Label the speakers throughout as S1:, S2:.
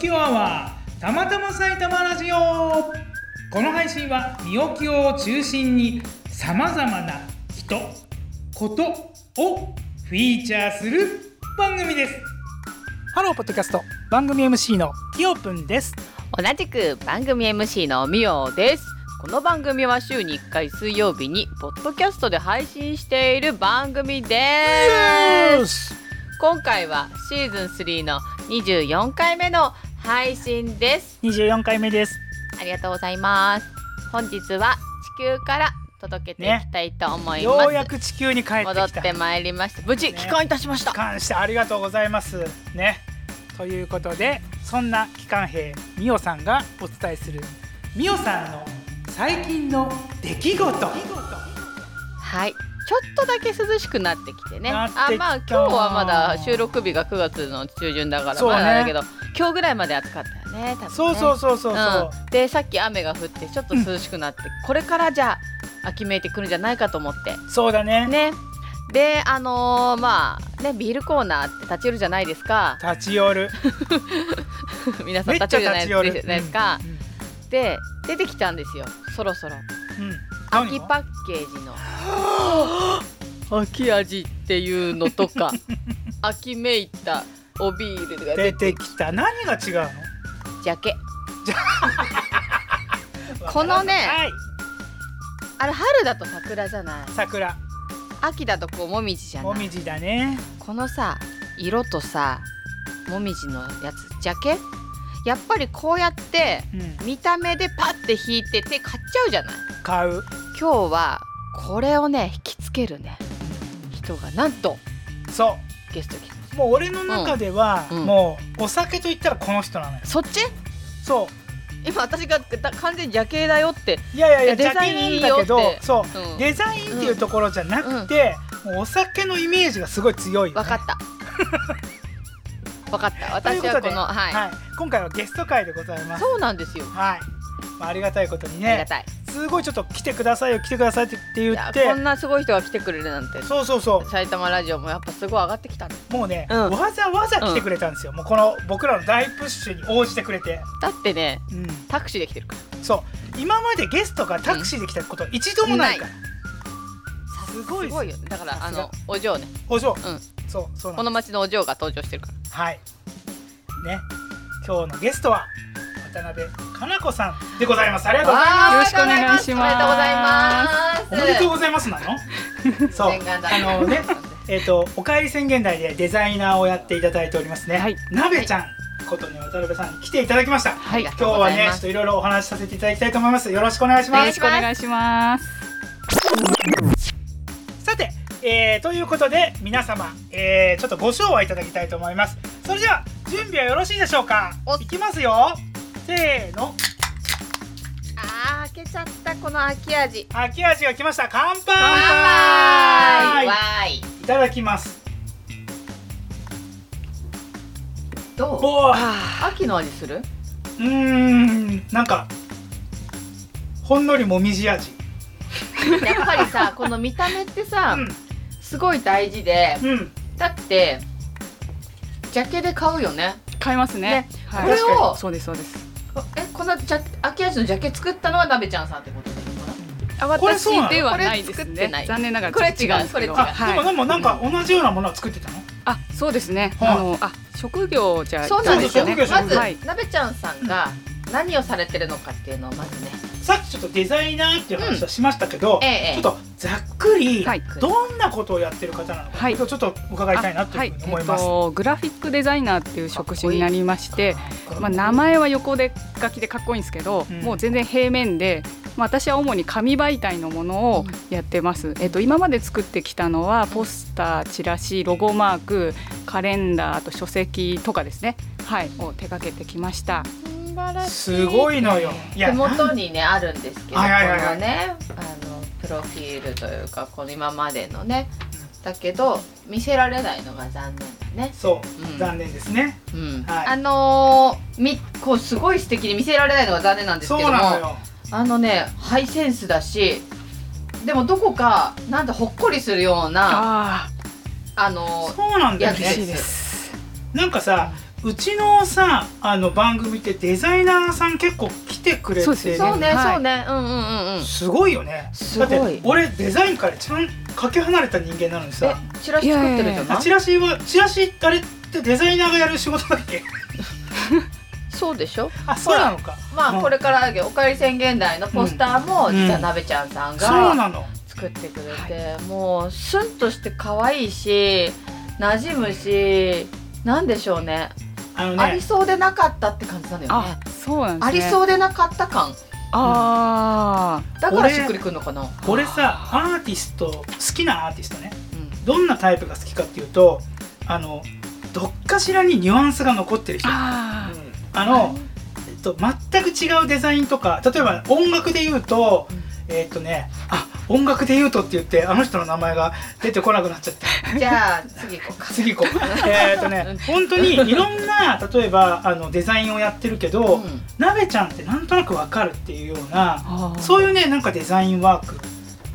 S1: きおアワーたまたま埼玉ラジオこの配信はみおきおを中心にさまざまな人ことをフィーチャーする番組です
S2: ハローポッドキャスト番組 MC のきおぷんです
S3: 同じく番組 MC のみおですこの番組は週に1回水曜日にポッドキャストで配信している番組で
S2: す
S3: す今回はシーズン3の24回目の配信です
S2: 24回目です
S3: ありがとうございます本日は地球から届けていきたいと思います、
S2: ようやく地球に帰ってきた
S3: 戻ってまいりました無事
S2: ね
S3: 帰還いたしました、
S2: 帰還してありがとうございますねということでそんな機関兵みおさんがお伝えする
S1: みおさんの最近の出来事
S3: はいちょっとだけ涼しくなってきてね
S2: なってきた
S3: あまあ今日はまだ収録日が9月の中旬だからまだだけど、今日ぐらいまで暑かったよね多分ね
S2: そうそうそうそうそう、
S3: うん、でさっき雨が降ってちょっと涼し くなって、これからじゃあ秋めいてくるんじゃないかと思って
S2: そうだね
S3: ねであのーまあねビールコーナーって立ち寄るじゃないで すか
S2: 立ち寄る
S3: 皆さん
S2: めっちゃ
S3: 立ち寄るじゃな
S2: 立
S3: い
S2: ち寄る
S3: ですか、
S2: うん
S3: で出てきたんですよそろそろ
S2: うんうん
S3: 秋パッケージの 秋味っていうのと か秋めいたおビールが
S2: 出
S3: 出
S2: て
S3: て
S2: きた何が違うの
S3: ジャケこのね
S2: はい
S3: あれ春だと桜じゃない
S2: 桜
S3: 秋だとこうもみじじゃな
S2: も
S3: い
S2: みじだね
S3: このさ色とさもみじのやつジャケやっぱりこうやって
S2: うん
S3: 見た目でパッて引いて手買っちゃうじゃない
S2: 買う
S3: 今日はこれをね引きつけるね人がなんと
S2: そ
S3: ゲスト来て
S2: うもう俺の中では、
S3: うんうん
S2: もうお酒と言ったらこの人なのよ
S3: そっち
S2: そ
S3: 今私がだ完全に邪形だよって
S2: ういやいやいや
S3: いや
S2: 邪気なんだけど
S3: デザインいいよって
S2: そう
S3: うん
S2: デザインっていうところじゃなくて、もうお酒のイメージがすごい強いよ、ね、
S3: わかった。わかった。
S2: という
S3: 私
S2: こ
S3: は
S2: と
S3: こ
S2: で
S3: のはい、
S2: はい、今回はゲスト会でございます
S3: そうなんですよ。
S2: はい、まあ、ありがたいことに
S3: ありが
S2: ね
S3: たい。
S2: すごいちょっと来てくださいよ来てくださいって言
S3: い
S2: っ
S3: や
S2: て
S3: こんなすごい人が来てくれるなんて。
S2: そうそうそ
S3: 埼玉ラジオもやっぱすごい上がってきたね。
S2: うもうね、
S3: うん
S2: わざわざ来てくれたんですよ、もうこの僕らの大プッシュに応じてくれて、
S3: だってね、
S2: うん、
S3: タクシーで来てるか
S2: そう今までゲストがタクシーで来たことは一度もないから、
S3: ら。
S2: すごいっす
S3: すごいよね。だから
S2: さ
S3: あ
S2: すが
S3: のお嬢ね、
S2: お嬢、
S3: ん
S2: そうそうな
S3: こ
S2: の
S3: の町のお嬢が登場してるから。
S2: はいね今日のゲストは渡辺かな子さんでございますありがとうござい
S3: わー
S2: ま
S4: よろしくお願いします
S2: す
S3: あ
S2: お
S3: りが
S2: めで
S3: と
S2: とう
S3: うございます。
S2: ございますなの そう
S3: 念願だ
S2: あのねえっ、とおかえり宣言台でデザイナーをやっていただいておりますね、
S4: はい
S2: なべちゃんことね渡辺さんに来ていただきました
S3: はい。今
S2: 今日はねちょっといろいろお話しさせていただきたいと思いますよろしくお願いし
S3: お
S2: ま
S3: 願
S2: す
S3: いし
S4: お
S3: ます
S4: 願いします。
S2: さて、えーということで皆様、えーちょっとご賞はいただきたいと思いますそれでは準備はよろしいでしょうか
S3: お
S2: いきますよせーの
S3: あー開けちゃったこの秋味。
S2: 秋味が来ました乾杯
S3: 乾杯。わーい。
S2: いただきます
S3: どう？
S2: おー
S3: 秋の味する？
S2: うーんなんかほんのりもみじ味
S3: やっぱり さ、この見た目ってさ、
S2: う
S3: すごい大事で、
S2: んうん
S3: だってジャケで買うよね
S4: 買いますね。はい
S3: これを
S4: そうですそうです。
S3: えこのジャ秋味のジャケ作ったのはなべちゃんさんってことでいいのか
S4: あ、
S2: これ
S4: 私
S2: そうなの
S4: ではない
S3: こ
S4: で
S3: れ
S4: す
S3: 作ってな
S4: ね
S3: い。
S4: 残念ながら
S3: これ違う
S4: ちょっとんですけど
S3: これ違
S2: でも
S3: う
S4: はい。
S2: でもなんか同じようなものは作ってたの
S4: あ、そうですね。
S2: はい
S4: あのあ、職業じゃ
S3: なそうなんですよ
S2: そうそ
S3: ま
S2: うそう
S3: ず
S4: はい
S3: なべちゃんさんが何をされてるのかっていうのをまずね
S2: さっきちょっとデザイナーっていう話はしましたけど、
S3: うんええ
S2: ちょっとざっくり
S4: はい
S2: どんなことをやってる方なのか、
S4: はい
S2: ちょっと伺いたいなと
S4: は
S2: いう
S4: い
S2: ふうに。
S4: え
S2: 思い
S4: っ
S2: ます。
S4: とグラフィックデザイナーっていう職種になりまして。まあ、
S2: 前
S4: 名前は横で書きでかっこいいんですけど、
S2: うん
S4: もう全然平面で、まあ、私は主に紙媒体のものをやってます、えっと、今まで作ってきたのはポスターチラシロゴマークカレンダーあと書籍とかですね、はい、を手掛けてきました
S3: 素晴ら
S2: すごいのよ。い
S3: 手元
S2: なん
S3: にねあるんですけどこ
S2: はいはいはいはい
S3: のねあのプロフィールというかこの今までのねだけど見せられないのが残念だね
S2: そう、
S3: うん
S2: 残念ですね。
S3: うん
S2: はい
S3: あのーみこうすごい素敵に見せられないのが残念なんです
S2: そう
S3: けども
S2: なのよ。
S3: あのねハイセンスだしでもどこかなんだほっこりするようなあ
S4: あ
S3: のー
S2: そうなんだよ
S3: い
S4: あ
S3: や
S4: 嬉し
S2: ね。
S4: いです
S2: なんかさ、うちのさあの番組ってデザイナーさん結構来てくれて
S4: そう
S2: る
S4: ですよ
S3: そうね、
S4: はい
S3: そうねうんうんうんうん
S2: すごいよね
S3: すごい
S2: だって俺デザインから一番かけ離れた人間なのにさ
S3: えチラシ作ってるじゃ
S2: あ
S3: ない
S2: チラシはチラシあれってデザイナーがやる仕事だっけ
S3: そうでしょ
S2: あそうなのか
S3: ま
S2: う
S3: あ
S2: ん
S3: これから「おかえり宣言台」のポスターも、
S2: うん
S3: 実はなべちゃんさん
S2: そう
S3: が
S2: なの
S3: 作ってくれて、もうスンとして可愛いし馴染むしなんでしょうね
S2: あの
S3: あり
S2: ね
S3: そうでなかったって感じなのよね
S4: あ、そうなんです
S3: あ
S4: ね。
S3: り
S4: う。
S3: そうでなかった感
S4: あ
S3: だからしっくりくるのかな、
S2: これさアーティスト好きなアーティストね
S3: うん
S2: どんなタイプが好きかっていうとあのどっかしらにニュアンスが残ってる
S4: あ。
S2: 人
S4: ああ。
S2: あの、えっと、全く違うデザインとか例えば音楽で言うと、えっとねあ音楽で言うとって言ってあの人の名前が出てこ なくなっちゃった
S3: じゃあ次行こうか
S2: 次行こうえっとね本当にいろんな例えばあのデザインをやってるけど、
S3: うん
S2: なべちゃんってなんとなくわかるっていうような
S4: ああ
S2: そういうねなんかデザインワーク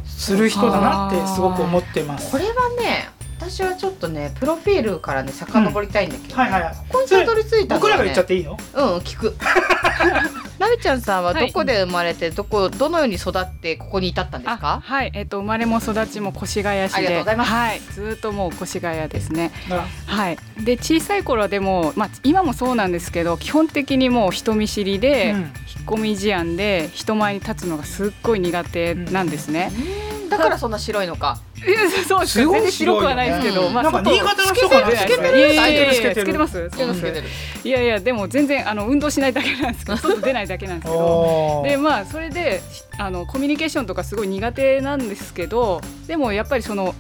S2: する人だなってすごく思ってます
S3: こ。れはね私はちょっとねプロフィールからね遡りたいんだけどね、
S2: はいはいはい
S3: ここにたどり着いたんだよね
S2: 僕らが言っちゃっていいの
S3: うん聞くなべちゃんさんは
S4: は
S3: ど
S4: い
S3: こで生まれて、どこどのように育ってここに至ったんです
S4: あ
S3: か
S4: はい、えっと生まれも育ちも越谷市で、
S3: ありがとうございます
S4: はい、ずーっともう越谷ですね。
S2: だから
S4: はい。で小さい頃はでも、まあ今もそうなんですけど、基本的にもう人見知りで、
S2: うん
S4: 引っ込み思案で人前に立つのがすっごい苦手なんですね。
S3: だからそんな白いのか
S4: いや そうです
S2: す
S4: か
S2: ごい
S4: 全然白くはないですけど、
S3: うん
S4: まあ
S2: なんか
S4: 外
S2: 新潟の人かな
S4: つ
S3: つ
S4: けて
S3: けてる
S4: るいやいやいや
S2: つけてる
S4: つけてます。
S3: つけてるつけてる
S4: いやいやでも全然あの運動しないだけなんです けど、外出ないだけなんですけど。
S2: おー
S4: でまあそれであのコミュニケーションとかすごい苦手なんですけどでもやっぱりその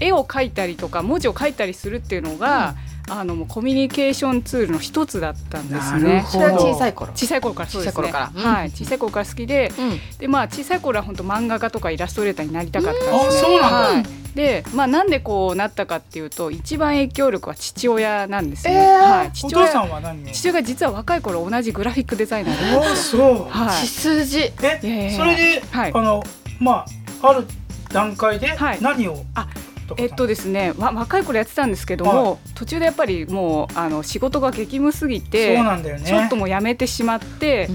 S4: 絵を描いたりとか文字を書いたりするっていうのが、あのもうコミュニケーションツールの一つだったんです
S2: なる
S4: ね
S2: ほど
S3: それは小さい頃
S4: 小さい頃からそうですね
S3: 小さい頃からうん
S4: はい、小さい頃から好きで
S3: うん
S4: で、まあ、小さい頃は本当漫画家とかイラストレーターになりたかったん
S2: あ
S4: ですね。
S2: そうなんだ
S4: はいで、まあ、なんでこうなったかっていうと一番影響力は父親なんですね、
S3: えー
S4: はい、
S2: お
S4: 父
S2: 父さん
S4: 親
S2: は何を
S4: 父親が実は若い頃同じグラフィックデザイナーで、
S2: あそう。
S4: はい
S3: 血、筋
S2: え、
S4: いやいやいや
S2: それで、
S4: はい
S2: あのまあある段階で
S4: はい
S2: 何を、
S4: あ
S2: とか
S4: えっとですね、わ若い頃やってたんですけども、途中でやっぱりもうあの仕事が激務すぎて、
S2: そうなんだよね。
S4: ちょっともうやめてしまって、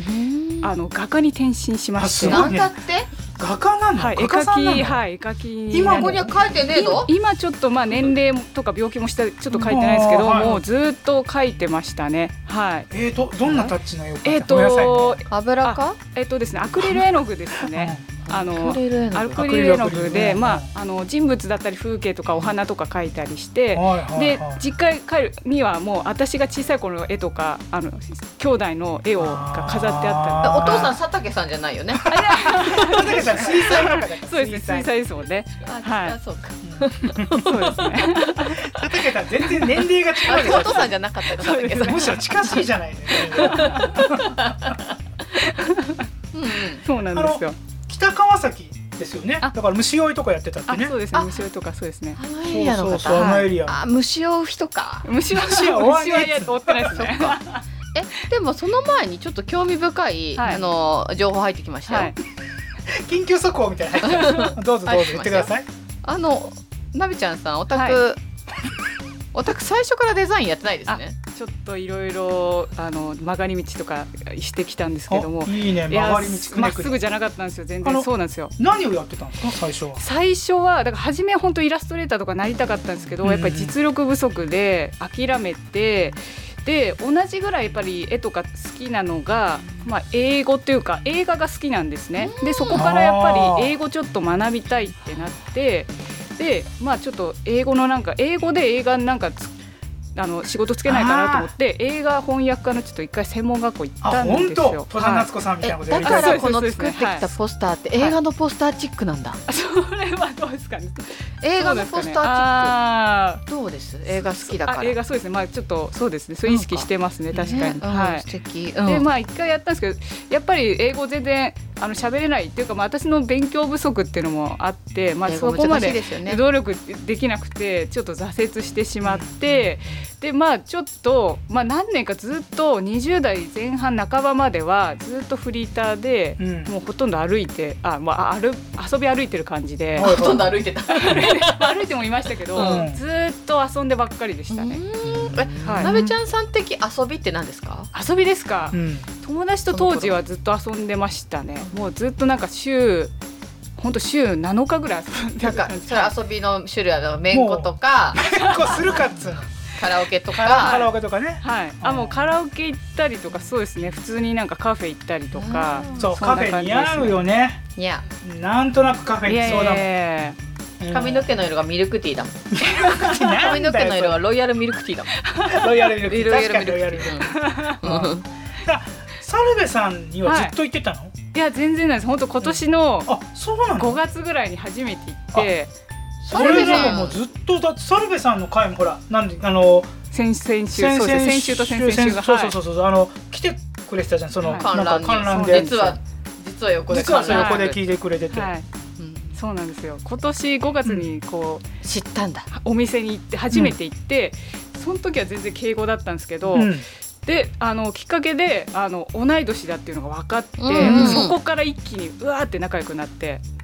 S4: あの画家に転身しまし
S2: あす
S4: て、
S2: ごい
S4: は
S3: なんだって
S2: 画家なの、
S4: い、絵
S2: 画家さんな
S4: 描
S2: の。
S4: き、はい、絵描きに
S2: 今
S3: ここには書いてねえぞ
S4: い今ちょっとまあ年齢とか病気もしたちょっと書いてないですけど、
S2: うんはい
S4: もうずっと描いてましたね。はい。
S2: えー、どどんなタッチの絵を描いた
S4: えっ、
S2: ごめんなさいね
S4: と、
S3: 油か
S4: えっ、とですね、アクリル絵の具ですね。あの
S3: く。れる
S4: ア
S3: のか
S4: クリル絵の
S2: アクリル
S4: 具
S2: 絵の
S4: で、
S2: 具
S4: まあ、あの人物だったり風景とかお花とか描いたりして、
S2: はいはい
S4: で
S2: はい、
S4: 実家に帰るにはもう私が小さい頃の絵とかあの兄弟の絵をが飾ってあっ
S3: お父さん佐竹さんじゃないよね
S2: 佐竹さん水彩画家だから
S4: たりそうですね水彩ですもんねはい
S3: あそうか
S4: そうで すね
S2: 佐竹さん全然年齢が
S3: あ
S2: 違うでし
S3: お父さんじゃなかったか佐竹さ ん
S2: ょ。むしろ近しいじゃないのよ。
S3: うんうん
S4: そうなんですよ
S2: 北川崎ですよね。だ
S4: あ
S2: から虫追いとかやってたって
S4: あ
S2: ね。
S4: そうですね
S3: あ
S4: 虫とかそうですね
S3: あのエリアの
S2: そうそうそうあ
S3: 方
S2: のエリア。
S3: あ虫を追う人か
S4: 虫は虫
S2: は追わない
S4: は嫌と追ってないです
S3: そっ
S4: ね
S3: か。 え、でもその前にちょっと興味深い、
S4: はい
S3: あの情報入ってきましたよ。
S4: はい
S2: 緊急速報みたいなの入ってる。どうぞどうぞ言ってください。
S3: あのなべちゃんさん、オタク、
S4: は
S3: オタク最初からデザインやってないですね。
S4: ちょっといろいろあの曲がり道とかしてきたんですけども
S2: おいいね
S4: いや
S2: 曲がり道く
S4: ま
S2: ね
S4: っ
S2: く
S4: す
S2: ね
S4: ぐじゃなかったんですよ全
S2: あの
S4: 然そうなんですよ
S2: 何をやってたんですか最初は。
S4: 最初はだから初めは本当イラストレーターとかなりたかったんですけど、
S2: うん
S4: やっぱり実力不足で諦めてで同じぐらいやっぱり絵とか好きなのが、まあ、英語というか映画が好きなんですねでそこからやっぱり英語ちょっと学びたいってなってでまあちょっと英語のなんか英語で映画なんかつあの仕事つけないかなと思って映画翻訳家のちょっと一回専門学校行っ
S2: あ
S4: たんです
S2: 本
S4: よ。
S2: 当戸田
S4: はい
S2: 夏子さんみた
S3: え
S2: いなことや
S3: だ
S2: り
S3: か
S2: たい。
S3: ら
S4: そ
S3: こ
S4: う
S3: の
S4: ですそうです
S3: 作ってきたポスターって映画のポスターチックなんだ、
S4: それはどうですかね。
S3: 映画のポスターチッ
S4: あー
S3: クどうです映画好きだか
S4: あ
S3: ら
S4: 映画そうですねまあちょっとそうですねそう意識してますね確かに、
S3: ねうん
S4: はい
S3: 素敵、うん
S4: でまあ一回やったんですけどやっぱり英語全然あの喋れないっていうか、まあ、私の勉強不足っていうのもあって、まあ、
S3: 英
S4: そ
S3: 語
S4: こま
S3: 難しい
S4: で
S3: ですよね。
S4: 努力できなくてちょっと挫折してしまって、でまあちょっと、まあ、何年かずっと20代前半半ばまではずっとフリーターで、
S1: うん
S4: もうほとんど歩いてあ、まあ、歩遊び歩いてる感じで
S2: はい
S3: ほとんど歩いてた。
S4: 歩いてもいましたけど、
S1: うん
S4: ずっと遊んでばっかりでしたね。
S3: うんえ、
S4: はい
S3: なべちゃんさん的遊びって何ですか？
S4: 遊びですか、
S1: うん
S4: 友達と当時はずっと遊んでましたねもうずっとなんか週ほんと週7日ぐらい遊んで
S3: なんかそれ遊びの種類あのめんことか
S2: 結構するかっつうの
S3: カラオケと
S2: カラカラ
S3: か。
S2: オケとかね
S4: はい、あもうカラオケ行ったりとかそうですね普通になんかカフェ行ったりとか
S3: うん
S2: そう
S4: そんな
S2: カフ
S4: 感じ
S2: ェ似合うよね
S3: いや
S2: なんとなくカフェ
S4: い
S2: 行
S4: や
S2: き
S4: い
S2: そうだもん
S4: やい
S2: うん
S3: 髪の毛の色がミルクティーだもん。
S2: な
S3: 髪
S2: ん
S3: の毛の
S2: だ
S3: 色
S2: よ
S3: はロイヤルミルクティーだもん。
S2: それロイヤルミルク
S3: ロイヤ
S2: 確
S3: ル
S2: か
S3: ミ
S2: に
S3: ル
S2: ロイヤル
S3: ク
S2: ミ
S3: テ
S2: ルク
S3: ィ
S2: ー
S3: ー。うん
S2: 猿部さんにはずっと行ってたの
S4: やいや全然ないです本当今年の
S2: あそうな
S4: 5
S2: の
S4: 月ぐらいに初めて行って
S2: それなんかもうずっとだって猿部さんの回もほらなんであの
S4: 先先週そうですね先週と先々週が
S2: そう
S4: は
S2: そ
S4: いう
S2: そうそう、あの来てくれてたじゃんその、
S4: はい
S2: なんか
S3: 観
S2: 観
S3: 覧
S2: 覧
S3: に
S2: で
S3: 実は実は横で
S2: 実はそう
S4: 観
S2: 横
S4: 覧
S2: で聞いてくれてて、
S4: はい、
S3: うん
S4: そうなんですよ今年5月にこう、
S3: 知ったんだ。
S4: お店に行って初めて行って、その時は全然敬語だったんですけど、
S2: うん、
S4: であのきっかけであの同い年だっていうのが分かって、
S3: うんうん
S4: そこから一気にうわーって仲良くなって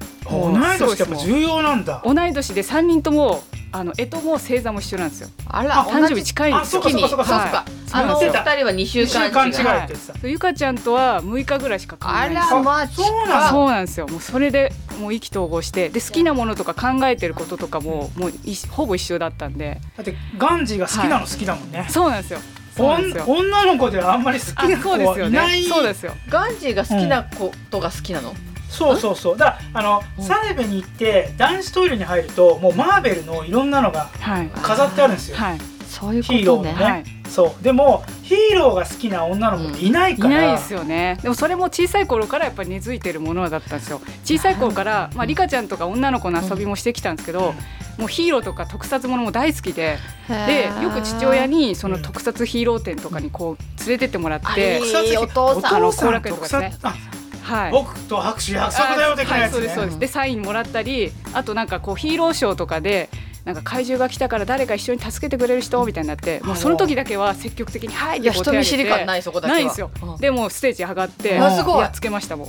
S2: 同い年ってやっぱ
S4: そうですもう
S2: 重要なんだ
S4: 同い年で3人ともあの干支も星座も一緒なんですよ
S3: あら
S2: あ
S4: 誕生
S3: 同
S4: 日
S3: じ
S4: 近いんですよ
S2: あそうか
S3: に
S2: そうかそう
S4: か
S3: っか
S4: はい
S3: あのお
S4: そう
S3: 二
S4: なん
S2: です
S3: 人は二週間
S2: 一週間違いっ
S3: 違い
S2: て言ってた
S4: ゆかちゃんとは6日ぐらいしか
S3: あ
S4: 変わら
S3: ら
S4: ない
S3: マジ
S2: そうな
S3: か
S4: そうなんですよもうそれでもう意気投合してで好きなものとか考えてることとかももういほぼ一緒だったんで
S2: だってガンジーが好きなの好きだもんね、
S4: そうなんですよそうなんです
S2: お
S4: よ
S2: ん女の子ではあんまり好き
S4: あ
S2: な子
S4: そうです
S2: は
S4: よ
S2: いな
S4: ね
S2: い
S4: そうですよ
S3: ガンジーが好きなことが好きなの、
S2: そうそうそうだからあの、
S3: うん
S2: サレベに行って男子トイレに入るともうマーベルのいろんなのが
S4: はい
S2: 飾ってあるんですよ、
S4: はい
S3: そういうこ
S2: ヒーロ
S3: と
S2: ーも
S3: ね
S2: ね、
S4: はい
S2: そうでもヒーローが好きな女の子っていない
S4: い
S2: から、
S4: ないですよねでもそれも小さい頃からやっぱり根付いてるものだったんですよ小さい頃から、まあ、リカちゃんとか女の子の遊びもしてきたんですけど、もうヒーローとか特撮ものも大好きででよく父親
S3: に
S4: にその特撮ヒーロー店とかにこう連れてってもらって
S3: え、ーお父さん
S4: あの
S2: お父
S4: 後
S2: さん
S4: 楽園と
S2: 特撮
S4: かですね
S2: あ
S4: はい、
S2: 僕と拍手約束だよ的な
S4: は
S2: や
S4: いそ
S2: つ
S4: うですそうで
S2: ね。
S4: すでサインもらったりあとなんかこうヒーローショーとかでなんか怪獣が来たから誰か一緒に助けてくれる人みたいになってもうその時だけは積極的に「はい」
S3: い
S4: って
S3: や
S4: こう
S3: 人見知り
S4: 手を
S3: 感
S4: 挙げて
S3: ないそこだけは
S4: ないんですよ、
S3: うん
S4: でもうステージ上がって
S2: うわす
S3: ごい
S4: やっつけましたもん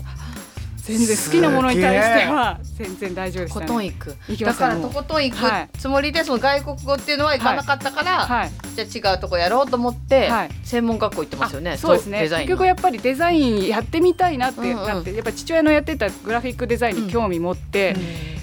S4: 全然好きなものに対しては全然大丈夫でし
S3: と
S4: た
S3: ことん
S4: ね
S3: 行く
S4: 行きま
S3: だ
S4: す
S3: からとことん行
S4: はい
S3: くつもりでその外国語っていうのは行かなかったから、
S4: はい、
S3: じゃあ違うとこやろうと思って、
S4: はい
S3: 専門学校行ってますよね
S4: そうですね
S3: デザイ
S4: 結
S3: ン
S4: 局やっぱりデザインやってみたいなって
S3: うんうん
S4: なって、やっぱ父親のやってたグラフィックデザインに興味持って、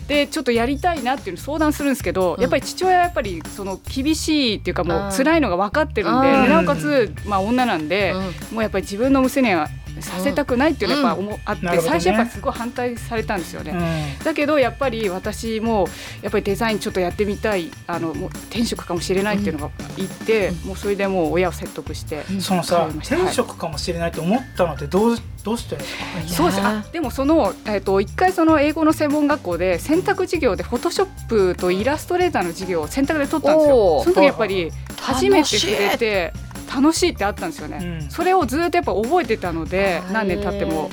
S4: でちょっとやりたいなっていうの相談するんですけど、
S3: うん
S4: やっぱり父親はやっぱりその厳しいっていうかも
S3: あ
S4: う
S3: ー
S4: 辛いのが分かってるんで
S3: あー
S4: でなおかつ、まあ、女なんで、
S3: うん
S4: もうやっぱり自分の娘にはさせたくないっていうのがやっぱ思、あって、
S2: なるほど
S4: 最
S2: ね
S4: 初やっぱすごい反対されたんですよね。
S2: うん
S4: だけどやっぱり私もやっぱりデザインちょっとやってみたいあのもう転職かもしれないっていうのが言って、もうそれでもう親を説得して、
S3: うん
S2: そのさ
S4: わかりました
S2: 転職かもしれないと思ったのってどうどうして
S4: そうですあでもそのえっと一回その英語の専門学校で選択授業でフォトショップとイラストレーターの授業を選択で取ったんで
S3: お
S4: すよ
S3: ー
S4: その時やっぱり初め
S3: 楽
S4: て
S3: し
S4: 触
S3: い
S4: れて楽しいってあったんですよね、
S2: うん
S4: それをずっとやっぱ覚えてたので
S3: はい
S4: 何年経っても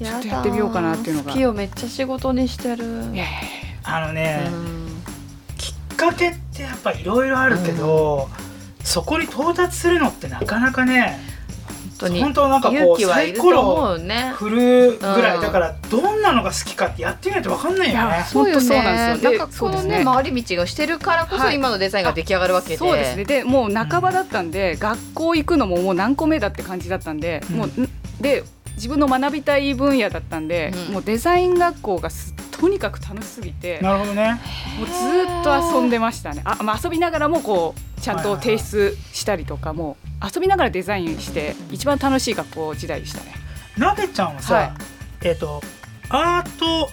S4: ちょっとやってみようかなっていうのが
S3: 好きをめっちゃ仕事にしてる、
S4: いやいやい
S2: あのね、
S3: うん
S2: きっかけってやっぱいろいろあるけど、そこに到達するのってなかなかね
S3: 本当に
S2: 本当なんかこ
S3: 勇
S2: う
S3: 気は
S2: サ
S3: い
S2: イ
S3: る
S2: コ
S3: と
S2: ロ
S3: 思
S2: を
S3: うね。
S2: 振るぐらい、
S3: うん
S2: だからどんなのが好きかってやってみないとわかんない
S4: やい
S2: よね
S4: や。本当そうなんですよで
S3: なんか
S4: そ
S3: こ
S4: うで
S3: の
S4: す
S3: ね回り道をしてるからこそ
S4: はい
S3: 今のデザインが出来上がるわけで。
S4: そうですねでもう半ばだったんで、学校行くのももう何個目だって感じだったんで、
S2: うん
S4: もうで自分の学びたい分野だったんで、
S3: うん
S4: もうデザイン学校がすとにかく楽しすぎても
S2: なるほどね。
S4: うずっと遊んでましたねあ、まあ、遊びながらもこうちゃんと提出したりとかも遊びながらデザインして一番楽しい学校時代でしたね。
S2: なべちゃんはさ、
S4: はい
S2: えっ、とアート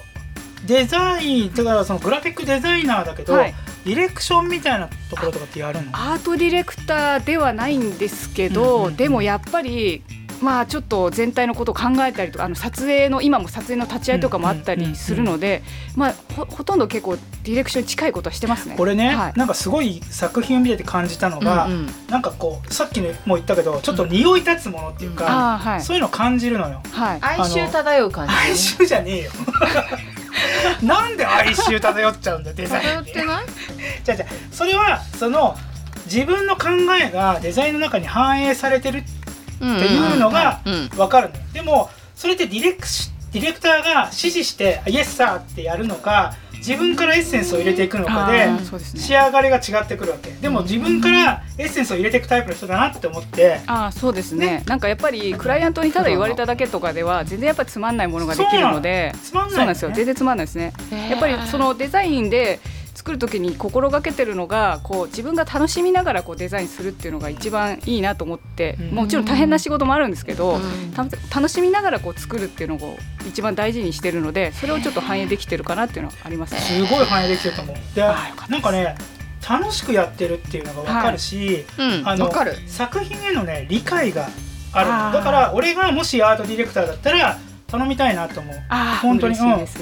S2: デザインだからそのグラフィックデザイナーだけど、
S4: はい
S2: ディレクションみたいなところとかってやるの
S4: アートディレクターではないんですけど、
S2: うんうんうん
S4: でもやっぱりまあちょっと全体のことを考えたりとかあの撮影の今も撮影の立ち会いとかもあったりするのでまあほほとんど結構ディレクションに近いことはしてますね。
S2: これね、
S4: はい
S2: なんかすごい作品を見てて感じたのが、
S3: うんうん
S2: なんかこうさっきも言ったけどちょっと匂い立つものっていうか、
S4: あーはい
S2: そういうのを感じるのよ。
S4: はい
S3: 哀愁漂う感じ、ね。
S2: 哀愁じゃねえよなんで哀愁漂っちゃうんだよデザイン
S3: 漂
S2: っ
S3: っててない？
S2: じゃじゃそれはその自分の考えがデザインの中に反映されてる
S3: うんうん
S2: っていうのが
S3: うん
S2: 分かるのよでもそれってディレクシディレクターが指示して「イエスサー」ってやるのか自分からエッセンスを入れていくのかで
S4: あーそうです
S2: 仕
S4: ね。
S2: 上がりが違ってくるわけでも自分からエッセンスを入れていくタイプの人だなって思って
S4: あーそうですねなんかやっぱりクライアントにただ言われただけとかでは全然やっぱりつまんないものができるので
S2: つまん
S4: そう
S2: な
S4: ないんですよ全然つまんないですね。やっぱりそのデザインで作る時に心がけてるのがこう自分が楽しみながらこうデザインするっていうのが一番いいなと思って、
S2: うん
S4: もちろん大変な仕事もあるんですけど、
S3: うん
S4: た楽しみながらこう作るっていうのを一番大事にしてるのでそれをちょっと反映できてるかなっていうのはありますね。
S2: すごい反映できてると思うで
S4: あーよかったです
S2: なんかね楽しくやってるっていうのが分かるし、
S3: うん
S2: あの
S3: わかる。
S2: 作品へのね理解がある
S4: あー
S2: のだから俺がもしアートディレクターだったら頼みたいなと思う
S4: あー
S2: 本当に
S4: 嬉しいです、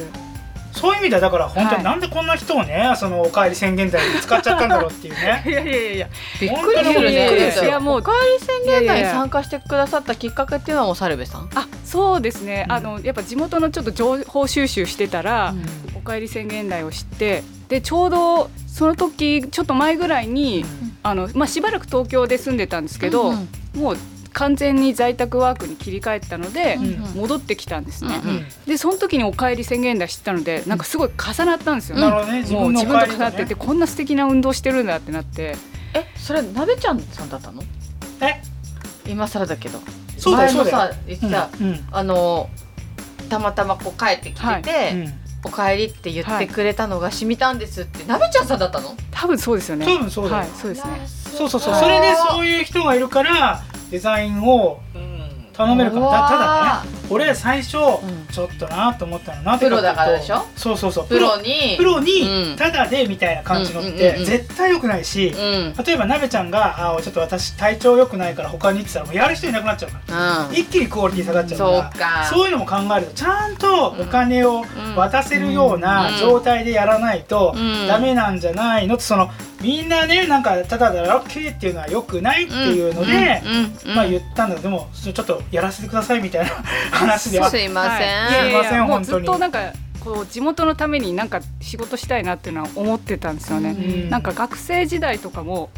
S2: そういう意味ではだから本当
S4: はい
S2: になんでこんな人をね、その「おかえり宣言台」に使っちゃったんだろうっていうね
S4: いやいやいやいや
S3: びっ
S2: 本
S3: く
S2: 当
S3: り
S2: に
S3: する
S2: びっくりです
S3: ね。
S2: よ
S4: いやもう
S3: おかえり宣言
S4: いやい
S3: 会
S4: や
S3: に
S4: いや
S3: 参加してくださったきっかけっていうのはもうサルベさん。
S4: あそうですね、
S2: うん
S4: あのやっぱ地元のちょっと情報収集してたら、
S3: うん
S4: おかえり宣言台を知ってでちょうどその時ちょっと前ぐらいに、あのまあ、しばらく東京で住んでたんですけど、
S3: うんうん
S4: もう完全に在宅ワークに切り替えてたので、
S2: ん
S4: 戻ってきたんですね、
S3: うん
S4: でその時に「おかえり宣言台」知ったのでなんかすごい重なったんですよ
S2: なる
S4: ね、
S2: ほどね自
S4: もう
S2: 分の
S4: 自
S2: お
S4: 分
S2: かえり
S4: と重な
S2: だ
S4: って
S2: ね
S4: てこんな素敵な運動してるんだってなって
S3: えそれなべちゃんさんだったの？
S2: え
S3: 今更だけど。
S2: そうだよ
S3: 前
S2: そう
S3: も
S2: だよ
S3: さ言ってた、
S2: うんうん
S3: あのたまたまこう帰ってきてて、
S4: はい
S2: うん
S3: お帰りって言ってくれたのが染みたんですって、なべちゃんさんだったの？
S4: 多分そうですよね
S2: 多分そうだよ
S4: はい、そうですね
S2: そうそうそうそれでそういう人がいるからデザインを頼めるからだただね俺最初
S3: ん
S2: ちょっとなと思ったのなぜっていうと
S3: プロだからでしょ
S2: そうそうそう
S3: プロに
S2: プロ
S3: うん
S2: にただでみたいな感じのっ
S3: うんうんうんう
S2: て
S3: ん
S2: 絶対良くないし
S3: うんうん
S2: 例えばなべちゃんが「あーちょっと私体調良くないから他に」って言ったらもうやる人いなくなっちゃうから一気にクオリティ下がっちゃう
S3: そう
S2: から
S3: か
S2: そういうのも考えるとちゃんとお金を
S3: うん
S2: 渡せるよう
S3: うん
S2: な状態でやらないと
S3: うん
S2: ダメなんじゃないのとそのみんなねなんかただだラッキーっていうのは良くないっていうので
S3: うんうんうん
S2: まあ言ったんだけどでもちょっとやらせてくださいみたいな 話では
S3: すいません、
S4: はいやや
S2: すいません
S4: もう
S2: 本
S4: ず
S2: 当
S4: っ
S2: に
S4: となんかこう地元のためになんか仕事したいなっていうのは思ってたんですよね、
S2: うん
S4: なんか学生時代とかも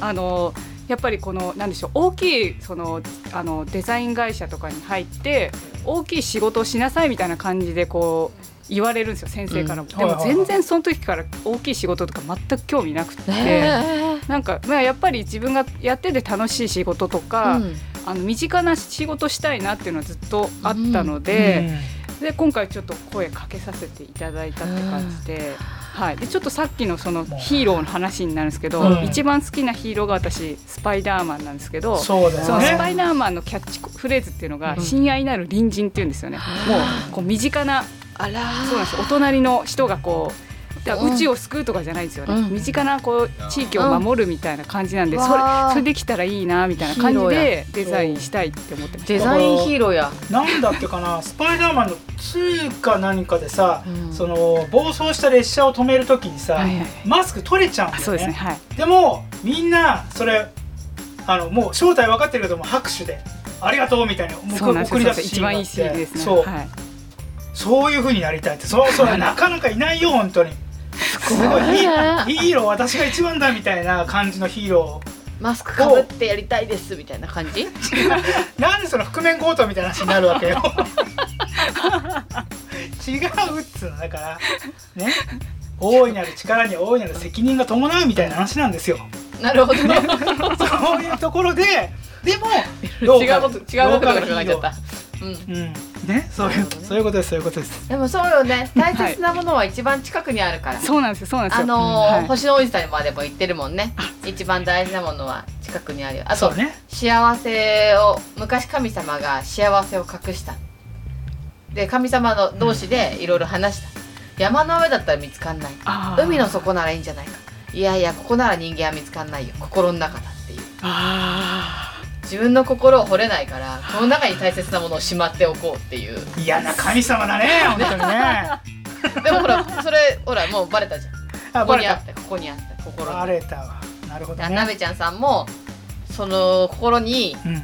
S4: あのやっぱりこのなんでしょう大きいそのあのデザイン会社とかに入って大きい仕事をしなさいみたいな感じでこう言われるんですよ先生からも、
S2: うん
S4: で
S2: はい
S4: も
S2: はいはい
S4: 全然その時から大きい仕事とか全く興味なくて、
S3: ね
S4: なんか、まあ、やっぱり自分がやってて楽しい仕事と
S3: え
S4: か、
S3: うん
S4: あの身近な仕事したいなっていうのはずっとあったので。で今回ちょっと声かけさせていただいたって感じで,、はい、でちょっとさっきのそのヒーローの話になるんですけど、
S2: うん
S4: 一番好きなヒーローが私スパイダーマンなんですけど。
S2: そうだ
S4: そ
S2: よ
S4: のスパ
S2: ね
S4: イダーマンのキャッチフレーズっていうのが
S3: う
S4: 「
S3: ん
S4: 親愛なる隣人」っていうんですよね、もうこう身近な
S3: あらー
S4: そうなんですよお隣の人がこうだから
S3: うん
S4: 宇宙を救うとかじゃないんですよね、
S3: うん
S4: 身近なこう地域を守るみたいな感じなんで、
S3: うん
S4: それ
S3: わあ
S4: それできたらいいなみたいな感じでデザインしたいって思ってました
S3: デザインヒーローや、
S2: なんだっけかなスパイダーマンの2か何かでさ
S3: うん
S2: その暴走した列車を止めるときにさ
S4: はいはい
S2: マスク取れちゃうんだ
S4: あそ
S2: よ
S4: う
S2: ね
S4: ですねはい
S2: でもみんなそれあのもう正体分かってるけども拍手で「ありがとう」みたいな僕
S4: そうなんです
S2: 送り
S4: よ
S2: 出すシー
S4: 一
S2: ンがあ
S4: 番
S2: って
S4: いいシーンですね
S2: そう、
S4: はい
S2: そういう風になりたいってそうそうなかなかいないよ本当 にすごいいいヒーロー私が一番だみたいな感じのヒーロ
S3: マスクかぶってやりたいですみたいな感 じ
S2: ーなんでその覆面強盗みたいな話になるわけ よ違うっつうのだからね大いなる力には大いなる責任が伴うみたいな話なんですよ
S3: なるほどね
S2: そういうところででも
S3: 違うこと違うことが考えちゃった、うん、
S2: うんね、そういう、そういうことです、そういうことです。
S3: でもそうよね大切なものは一番近くにあるから、
S4: そうなんですよそうなんですよ
S3: あのー
S4: うんはい
S3: 星の王子さんまでも言ってるもんね一番大事なものは近くにあるよあ
S2: そ
S3: と、
S2: うね。
S3: 幸せを昔神様が幸せを隠したで神様の同士でいろいろ話した、山の上だったら見つかんない
S4: あー
S3: 海の底ならいいんじゃないかいやいやここなら人間は見つかんないよ心の中だっていう
S4: あ
S3: 自分の心を掘れないからこの中に大切なものをしまっておこうっていう
S2: 嫌な神様 だね本当にね
S3: でもほらそれほらもうバレたじゃ
S2: あ
S3: んここ
S2: バ
S3: に
S2: レ
S3: あ
S2: た
S3: ったここにあった心
S2: バレたわなるほど
S3: な
S2: ね
S3: なべちゃんさんもその心に
S2: うん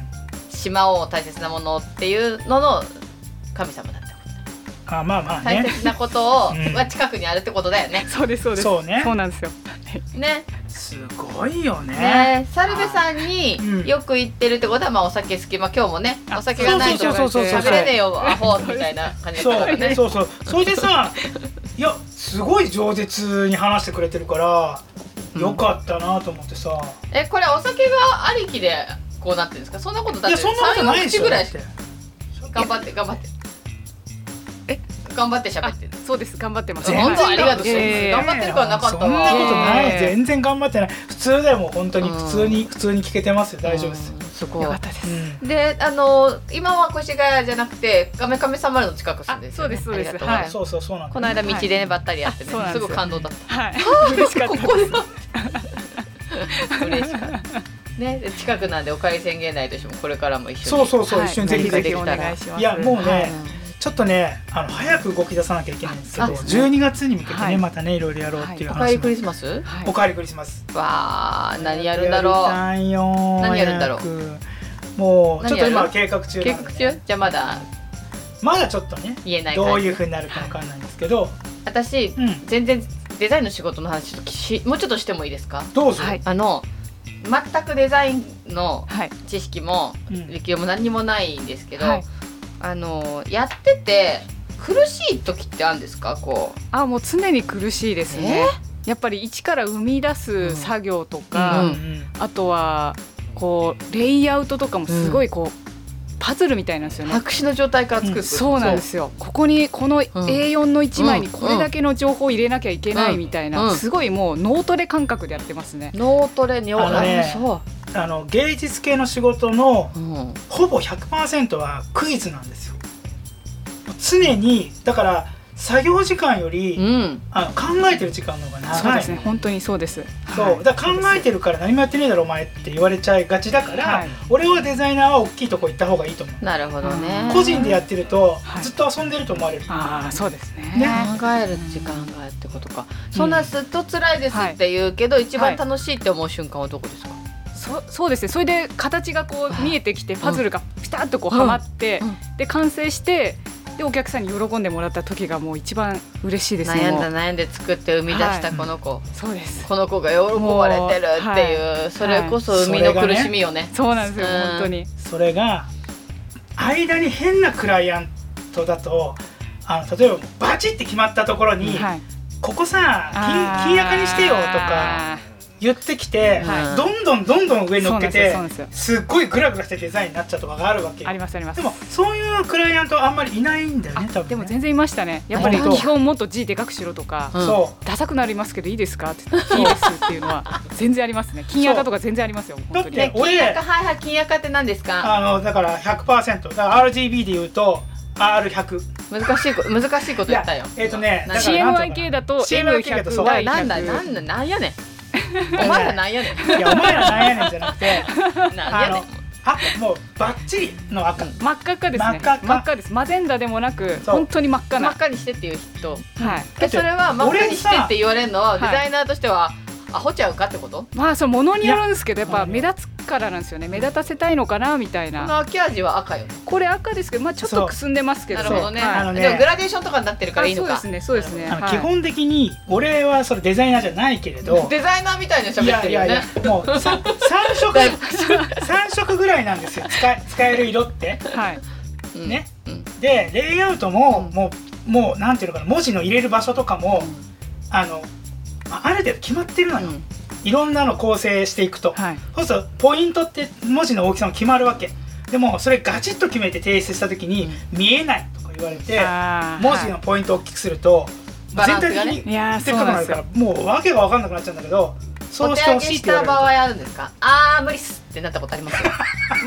S3: しまおう大切なものっていうのの神様だってこ
S2: あまあまあ
S3: と大
S2: ね
S3: 切なことを、
S2: うん
S3: が近くにあるってことだよね
S4: そうですそうです
S2: そうね
S4: そうなんですよ
S3: ね
S2: すごいよね
S3: ね猿部さん
S2: うん
S3: によく行ってるってことは、まあ、お酒好きまあ今日もねお酒
S2: そ
S3: が
S2: う
S3: ないと
S2: そうそうそうそう
S3: 食べれねえよアホみたいな感じだったから
S2: そう
S3: ね
S2: そうそうそれでさいやすごい饒舌に話してくれてるから、
S3: うん
S2: よかったなと思ってさ
S3: えこれお酒がありきでこうなってるんですかそんなことだ
S2: い
S3: っ
S2: や
S3: て
S2: そんなことないでし
S3: 口
S2: ょ
S3: ぐらい
S2: だ
S3: し
S2: って
S3: て頑張って頑張って
S4: え
S3: 頑張って喋ってる
S4: そうです頑張ってます
S2: 全然
S3: 本当ありがとう
S4: いやいやいや
S3: 頑張ってるからなかったわ
S2: そんなことな
S4: ね
S2: い
S4: え
S2: 全然頑張ってない普通だよもう本当に
S3: うん
S2: 普通に普通に聞けてますよ大丈夫です
S3: うんすごい
S4: よかったです、
S2: うん
S3: であの今は越谷じゃなくて亀亀さん丸の近く住んでるんよね
S4: あそうですそうです
S3: ありがとございます
S2: そうそうそうなんだ
S3: この間道でねばったり会ってね
S4: あそうな
S3: す
S4: んですよ
S3: ごい感動だっ
S4: はい嬉しか
S3: た
S4: った
S3: こ
S4: です
S3: こで会って嬉しかったねで近くなんでおかえり宣言内としてもこれからも一緒に
S2: そうそうそう
S4: はい
S2: 一緒にぜひぜひ
S3: ぜひ
S4: お願いします
S2: いやもうね、
S3: はい
S2: ちょっとねあの早く動き出さなきゃいけないんですけど
S3: あそうですね
S2: 12月に向けてね、
S4: はい
S2: またねいろいろやろうっていう
S3: おかえ
S2: 話
S3: り
S2: も
S3: クリスマス
S4: はい
S2: おかわりクリスマス
S3: わあ何やるんだろう
S2: う
S3: 何やるんだろう
S2: もうちょっと
S3: 何や
S2: 今
S3: る
S2: 計画中
S3: 計
S2: なん
S3: 画
S2: で
S3: 中
S2: ね、
S3: じゃあまだ
S2: まだちょっとね
S3: 言えない
S2: ど
S3: 感
S2: う
S3: じ
S2: いう風になるかわかんないんですけど、
S3: 私
S2: うん
S3: 全然デザインの仕事の話ちょっとしもうちょっとしてもいいですか
S2: どうぞ、
S4: はい
S3: あの全くデザインの
S4: はい
S3: 知識も
S2: うん
S3: 歴史も何にもないんですけど、
S4: はい
S3: あのやってて苦しい時ってあるんですかこう
S4: あもう常に苦しいですねやっぱり一から生み出す作業とか、
S3: うん
S4: あとはこうレイアウトとかもすごいこう、パズルみたいなんですよね
S3: 白紙の状態から作る、
S2: うん
S4: そうなんですよここにこの A4 の1枚に
S3: うん
S4: これだけの情報を入れなきゃいけないみたいな、
S3: うん
S4: すごいもう脳トレ感覚でやってますね。
S3: 脳トレに
S2: あのね
S3: そ
S2: あの芸術系の仕事の
S3: う、うん、
S2: ほぼ100%はクイズなんですよ常にだから作業時間より、
S3: うん、
S2: あの考えてる時間の方が長い
S4: そうですね、本当にそうです。
S2: そうだから考えてるから何もやってねえだろお前って言われちゃいがちだから、
S4: はい
S2: 俺はデザイナーは大きいとこ行った方がいいと思う
S3: なるほどね
S4: うん
S2: 個人でやってると、
S4: はい
S2: ずっと遊んでると思われる
S4: ああ、そうですね。
S2: ね
S3: 考える時間がってことか、そんなずっと辛いですって言うけど、一番楽しいって思う瞬間はどこですか、
S4: そそうですね。それで形がこう見えてきて、パズルがピタッとこう
S3: うん
S4: はまって、
S3: うん
S4: で完成して、でお客さんに喜んでもらった時がもう一番嬉しいですね。
S3: 悩ん
S4: も
S3: だ
S4: う
S3: 悩んで作って生み出したこの子、
S4: そうです。
S3: この子が喜ばれてるっていう、それこそ生みの苦しみよね
S4: そうなんですよ、
S3: うん
S4: 本当に。
S2: それが間に変なクライアントだとあの例えばバチって決まったところに「
S4: はい。
S2: ここさ
S4: あー
S2: 金金やかにしてよ」とか言ってきて、
S4: はい
S2: どんどんどんどん上に乗っけて
S4: そうなんですよそうなんです
S2: っごいグラグラしたデザインになっちゃうとかがあるわけ
S4: ありますあります
S2: で。もそういうクライアントあんまりいないんだよね多分ね
S4: でも全然いましたね。やっぱり
S2: 本当
S4: 基本もっと字でかくしろとか。
S3: うん
S2: そう
S4: ダサくなりますけどいいですかって言っていいですっていうのは全然ありますね金赤とか全然ありますよ
S2: だっ
S4: 本当に
S2: て俺
S3: はいはい金赤って何ですか
S2: あのだから100%だから RGB で言うと R100
S3: 難しいこ難しいこと言ったよ
S2: いやえっとね
S3: な
S2: だからなんとか
S4: CMYK だと
S2: CMYK だとそう
S4: M100
S2: ら
S4: が
S3: なんだなんだなんやねんお前らなん やねん
S2: いやお前らなんやねんじゃな くて
S3: な
S2: あ
S3: んやね
S2: の
S3: ん
S2: 赤もうバッチリの赤、
S4: 真っ赤っかですね
S2: 真っ赤っか
S4: 真っ赤ですマゼンダでもなく
S2: そう
S4: 本当に真っ赤
S3: 真っ
S4: な
S3: 赤にしてっていう人
S4: はい
S3: でそれは真っ赤にしてって言われるのは
S4: 俺
S3: デ
S4: さ
S3: ザイナーとしてはアホちゃうかってこと
S4: まあそのものによるんですけどやっ
S2: いや
S4: ぱ目立つからなんですよね目立たせたいのかなみたい
S3: こ
S4: な
S3: の秋味は赤よ
S4: これ赤ですけどまあちょっとくすんでますけど
S3: なるほどね,、
S4: はい
S2: あのね
S3: でもグラデーションとかになってるからいいの
S4: そうで
S3: か
S4: すねそうですね
S2: あの
S4: はい
S2: 基本的に俺はそれデザイナーじゃないけれど
S3: デザイナーみたいに
S2: い
S3: 喋っ
S2: や
S3: て
S2: い
S3: るよ
S2: やい
S3: ね
S2: やもうさ三色
S3: だいぶ
S2: 三色ぐらいなんですよ使え使える色って
S4: はい
S3: うん
S2: ね
S3: うん
S2: でレイアウトも、
S3: うん
S2: もうもうなんていうのかな文字の入れる場所とかも、あのあある程度決まってるのよ、
S3: うん
S2: いろんなの構成していくと、
S4: はい
S2: そうするとポイントって文字の大きさも決まるわけでもそれガチッと決めて提出した時に、見えないとか言われて
S4: あー
S2: 文字のポイントを大きくすると、
S3: バランス
S2: 全
S3: がね
S2: 体的
S4: い
S2: に
S4: やー
S2: でっかくなるからもう訳が分かんなくなっちゃうんだけどそ
S3: お
S2: うし
S3: 手
S2: て
S3: 上
S2: ほ
S3: げ
S2: しいっ
S3: して
S2: 言わ
S3: た
S2: れる
S3: 場合あるんですかあー無理っすっってなったことありますよ。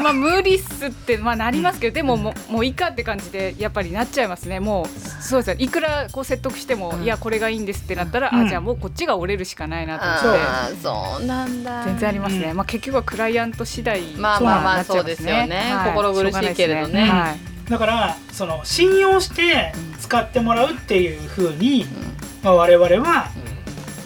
S4: まあ無理っすってまあなりますけど、でももうもういいかって感じでやっぱりなっちゃいますね。もうそうですね。いくらこう説得しても、
S3: うん
S4: いやこれがいいんですってなったら、
S2: うん
S4: あじゃあもうこっちが折れるしかないなと思って。
S3: ああ、そうなんだ。
S4: 全然ありますね、
S2: う
S4: まあ結局はクライアント次第
S3: まあ
S2: まあ
S3: まあ
S4: なっちゃい
S3: そ
S4: ま
S3: うですよね心苦しいけれどね
S4: しょうがないです
S2: だからその信用して使ってもらうっていうふうに、まあ、我々は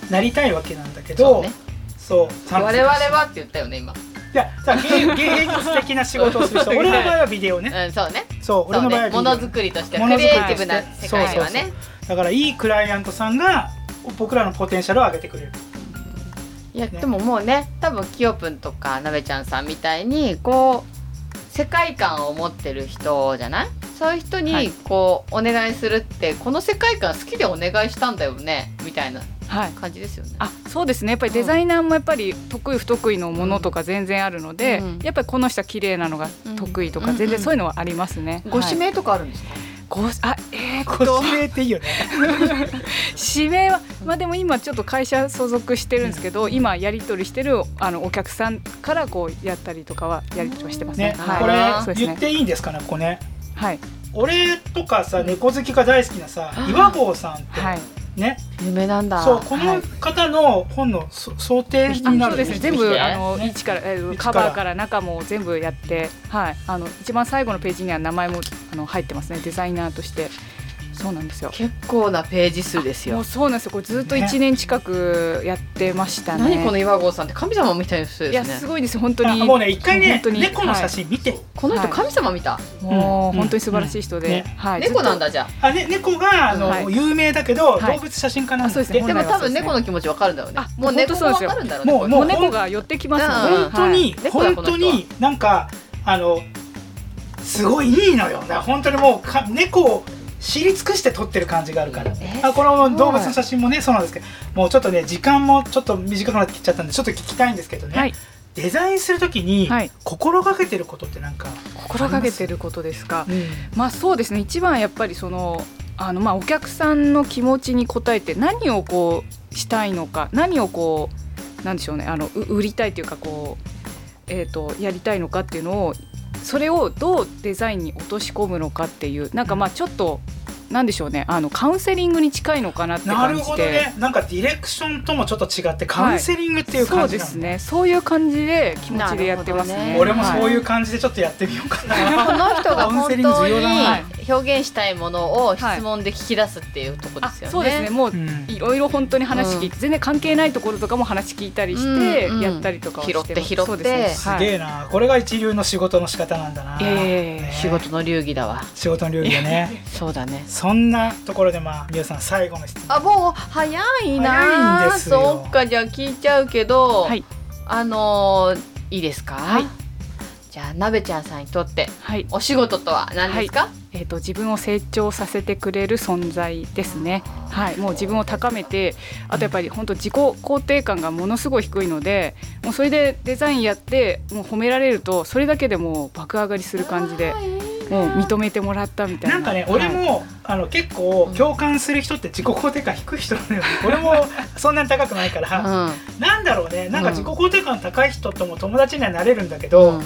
S2: なりたいわけなんだけ
S3: そう
S2: ど
S3: ね。
S2: そう,、
S3: 我々はって言ったよね今。
S2: いやさ芸芸術的な仕事をする人
S4: はい
S2: 俺の場合はビデオね
S3: うん、そうね。
S2: そう俺
S3: そう
S2: の場合は
S3: ね。
S2: ビデ
S3: も
S2: オ
S3: のづくりとして
S2: も
S3: ク
S2: のづく
S3: リ
S2: り
S3: エイティブな
S4: として
S3: 世界は
S2: そう
S3: ね。
S2: だからいいクライアントさんが僕らのポテンシャルを上げてくれる
S3: いやでももうね多分きよぷんとかなべちゃんさんみたいにこう世界観を持ってる人じゃないそういう人
S4: はい
S3: にこう、お願いするってこの世界観好きでお願いしたんだよねみたいな
S4: はい、はい
S3: 感じですよね。
S4: あそうですねやっぱりデザイナーもやっぱり得意不得意のものとか全然あるので、
S3: うん
S4: やっぱりこの人は綺麗なのが得意と
S3: うん
S4: か
S3: うん
S4: 全然そういうのはありますね、
S3: ご指名とかあるんですか、
S4: はいごあえー、っ
S2: こ
S4: と
S2: 指名っていいよね
S4: 指名はまあでも今ちょっと会社所属してるんですけど、今やり取りしてるあのお客さんからこうやったりとかはやり取りはしてますね
S2: ね、
S4: はい、
S2: これ、
S4: そうです
S2: 言っ
S4: ね
S2: ていいんですかねここね
S4: はい
S2: 俺とかさ猫好きが大好きなさ岩合さんって、
S4: はい
S2: ね
S3: 夢なんだ
S2: そうこの方の本のそ想定にな
S4: あそ
S2: る
S4: うですね全部あの
S2: ね
S4: 一からえー
S2: 一
S4: カ
S2: から
S4: バーから中も全部やってはいあの一番最後のページには名前もあの入ってますねデザイナーとしてそうなんですよ
S3: 結構なページ数です
S4: も
S3: よ
S4: う。そうなんですよこれずっと一年近くやってましたね
S3: 何この岩合さんって神様みたいな人
S4: い
S3: で
S4: や
S3: す
S4: す
S3: ね。
S4: ごいです本当
S2: あ
S4: に
S2: もうね一回ね
S4: 本当に
S2: 猫の写真見て、
S3: この人神様見た、
S4: も
S2: う
S4: うん本当に素晴らしい人
S2: うん
S4: で、はい
S3: 猫なん
S4: だ
S3: だじゃ
S2: あね猫があの、
S4: はい
S2: 有名だけど、
S4: はい
S2: 動物写真家なん
S4: あそう
S2: で
S4: ですね
S3: あでも
S4: 本来
S3: 多
S4: は
S3: 分
S4: そうですね
S3: 猫の気持ちわかるんだよね
S4: あ
S3: もう
S4: もう本
S3: 猫
S4: 当
S3: も
S4: そう
S3: わ
S4: ですよ
S3: かるんだろうね
S2: もう
S3: これ
S2: も
S4: もう猫が寄ってきますもんね
S3: うん
S2: 本当に、
S3: はい
S2: 本当になんかあのすごいいいのよだから本当にもうか猫を知り尽くして撮ってる感じがあるから、
S3: え
S2: あこの動物の写真もねそうなんですけどもうちょっとね時間もちょっと短くなってきちゃったんでちょっと聞きたいんですけどね、
S4: はい
S2: デザインするときに
S4: はい
S2: 心がけてることってなんか、
S4: 心がけてることですかまあそうですね一番やっぱりそのあのまあお客さんの気持ちに応えて何をこうしたいのか何をこうなんでしょうねあのう売りたいというかこう、えー、とやりたいのかっていうのをそれをどうデザインに落とし込むのかっていうなんかまあちょっとなんでしょうねあのカウンセリングに近いのかなって
S2: な
S4: 感
S2: る
S4: じで。
S2: ほどねなんかディレクションともちょっと違ってカウンセリングっていう
S4: そう
S2: 感じ
S4: で
S2: なの、
S4: すね。そういう感じで気持ちでやってます
S3: なる
S4: ね。
S3: ほど
S2: 俺
S3: ね
S2: もそうい
S4: は
S2: う感じでちょっとやってみようかな、
S3: こ の人が本
S2: カウン
S3: 当
S2: セリング重要だな
S3: に表現したいものを質問で聞き出すっていうとこで
S4: あ
S3: すよね。
S4: そうですね。もう
S2: うん
S4: いろいろ本当に話聞いて、全然関係ないところとかも話聞いたりして、
S3: うんうん
S4: やったりとかをしてます
S3: 拾って拾って
S4: そうです
S2: す
S4: ね、
S2: げ
S4: はい
S2: えな、これが一流の仕事の仕方なんだな、
S4: いやいやいやいや
S2: ね
S3: 仕事の流儀だわ。
S2: 仕事の流儀だね
S3: そうだね。
S2: そんなところでまあ皆さん最後の質問
S3: あもう早いな
S2: 早
S3: あ。
S2: いんですよ
S3: そっかじゃあ聞いちゃうけど、
S4: はい
S3: あのーいいですか。
S4: はい
S3: じゃあなべちゃんさんにとって
S4: はい
S3: お仕事とは何ですか。
S4: えー、と自分を成長させてくれる存在ですね。はい、もう自分を高めてあとやっぱり本当自己肯定感がものすごい低いのでもうそれでデザインやってもう褒められるとそれだけでもう爆上がりする感じで
S3: あーいいな
S4: もう認めてもらったみたいな
S2: なんかね、
S4: はい
S2: 俺もあの結構共感する人って自己肯定感低い人なのよ俺もそんなに高くないから、
S3: うん
S2: なんだろうねなんか自己肯定感高い人とも友達にはなれるんだけど、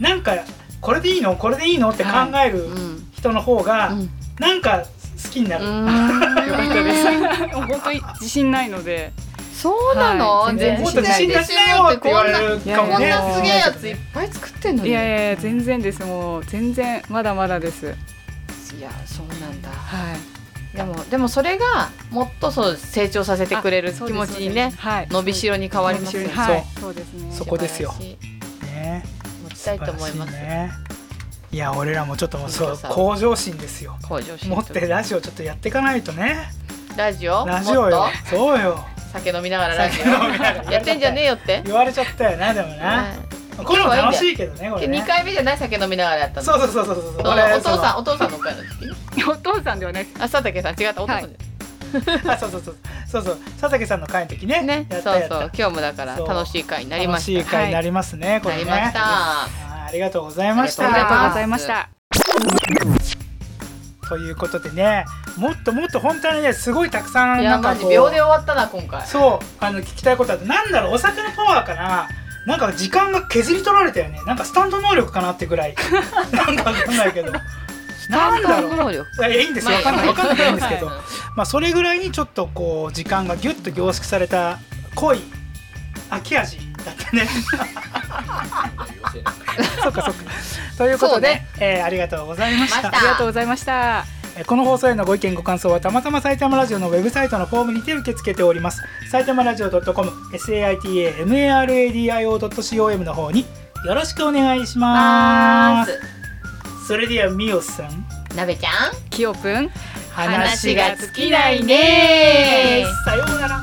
S2: なんかこれでいいのこれでいいのって考える
S3: うん
S2: 人の方が、
S3: うん
S2: なんか好きになる、
S4: よかったで す。もう本当に自信ないので、
S3: そうなの、
S4: はい全然
S2: もっと自信出しなよって言われる
S4: しな
S2: か
S3: こんな
S2: も
S3: こん
S2: ね
S3: なすげえやついっぱい作ってんのに
S4: いやいやいや全然です。もう全然まだまだです。
S3: いやそうなんだ
S4: はい。
S3: でもでもそれがもっとそう成長させてくれる気持ちにね
S4: はい、
S3: 伸びしろに変わりますよね
S4: 伸びしろにはい
S2: そ、
S4: そうですね。
S2: そこですよ
S3: 素晴らしい
S2: ね
S3: 持ちたいと思います
S2: 素晴らしねいや俺らもちょっともうそ
S3: 本
S2: う
S3: 当さ
S2: 向上心ですよ
S3: 向上心
S2: 持ってラジオちょっとやっていかないとね
S3: ラジオ
S2: ラジオ
S3: も
S2: よ
S3: っ
S2: そうよ
S3: と酒飲みながらラジ
S2: 酒飲みながら
S3: オやってんじゃねえよって
S2: 言われちゃったよなでも
S3: は
S2: ないこういうの楽しいけどねこれね
S3: 2回目じゃない酒飲みながらやったの
S2: そうそうそうそうそう
S3: そう
S2: 俺
S3: お父さん
S2: ん
S3: お父さんの会の時ね
S4: お父さんではないです。
S3: あ佐竹さん違ったお父さんじ
S2: そうそうそうそうそう佐竹さんの会の時ね
S3: ゃねそ
S2: や
S3: う
S2: っ
S3: そ
S2: た
S3: う
S2: やった
S3: 今日もだから
S2: そう
S3: 楽しい会になりま
S2: 楽
S3: し
S2: しい会になりますねこ
S3: たな
S2: れ
S3: り
S2: ね
S3: まし
S2: あ
S3: た
S2: ーありがとうございまし
S4: あり
S3: あ
S4: が
S2: た
S4: とうございました。
S2: ということでねもっともっと本当にねすごいたくさん
S3: い
S2: な
S3: や
S2: んか
S3: マ
S2: こ
S3: ジ
S2: う
S3: 秒で終わったな今回
S2: そうあの聞きたいことはなんだろうお酒のパワーかななんか時間が削り取られたよねなんかスタンド能力かなってぐ らいなんかわかんないけどいなんだろう
S3: 能力
S2: やいいんですよわかんないわかんないけどいいんですけ ど、
S3: はい
S2: まあ、それぐらいにちょっとこう時間がギュッと凝縮された濃い秋味だった ねそっかそっかということで、えーありがとうございまし
S3: ま
S2: た
S3: した
S4: ありがとうございました。
S2: えーこの放送へのご意見ご感想はたまたま埼玉ラジオのウェブサイトのフォームにて受け付けております埼玉ラジオ .com saitamaradio.com の方によろしくお願いしま
S3: ますす
S2: それではみおさん
S3: なべちゃん
S4: きよぷん。
S3: 話が
S2: つ
S3: 尽きないね
S2: さようなら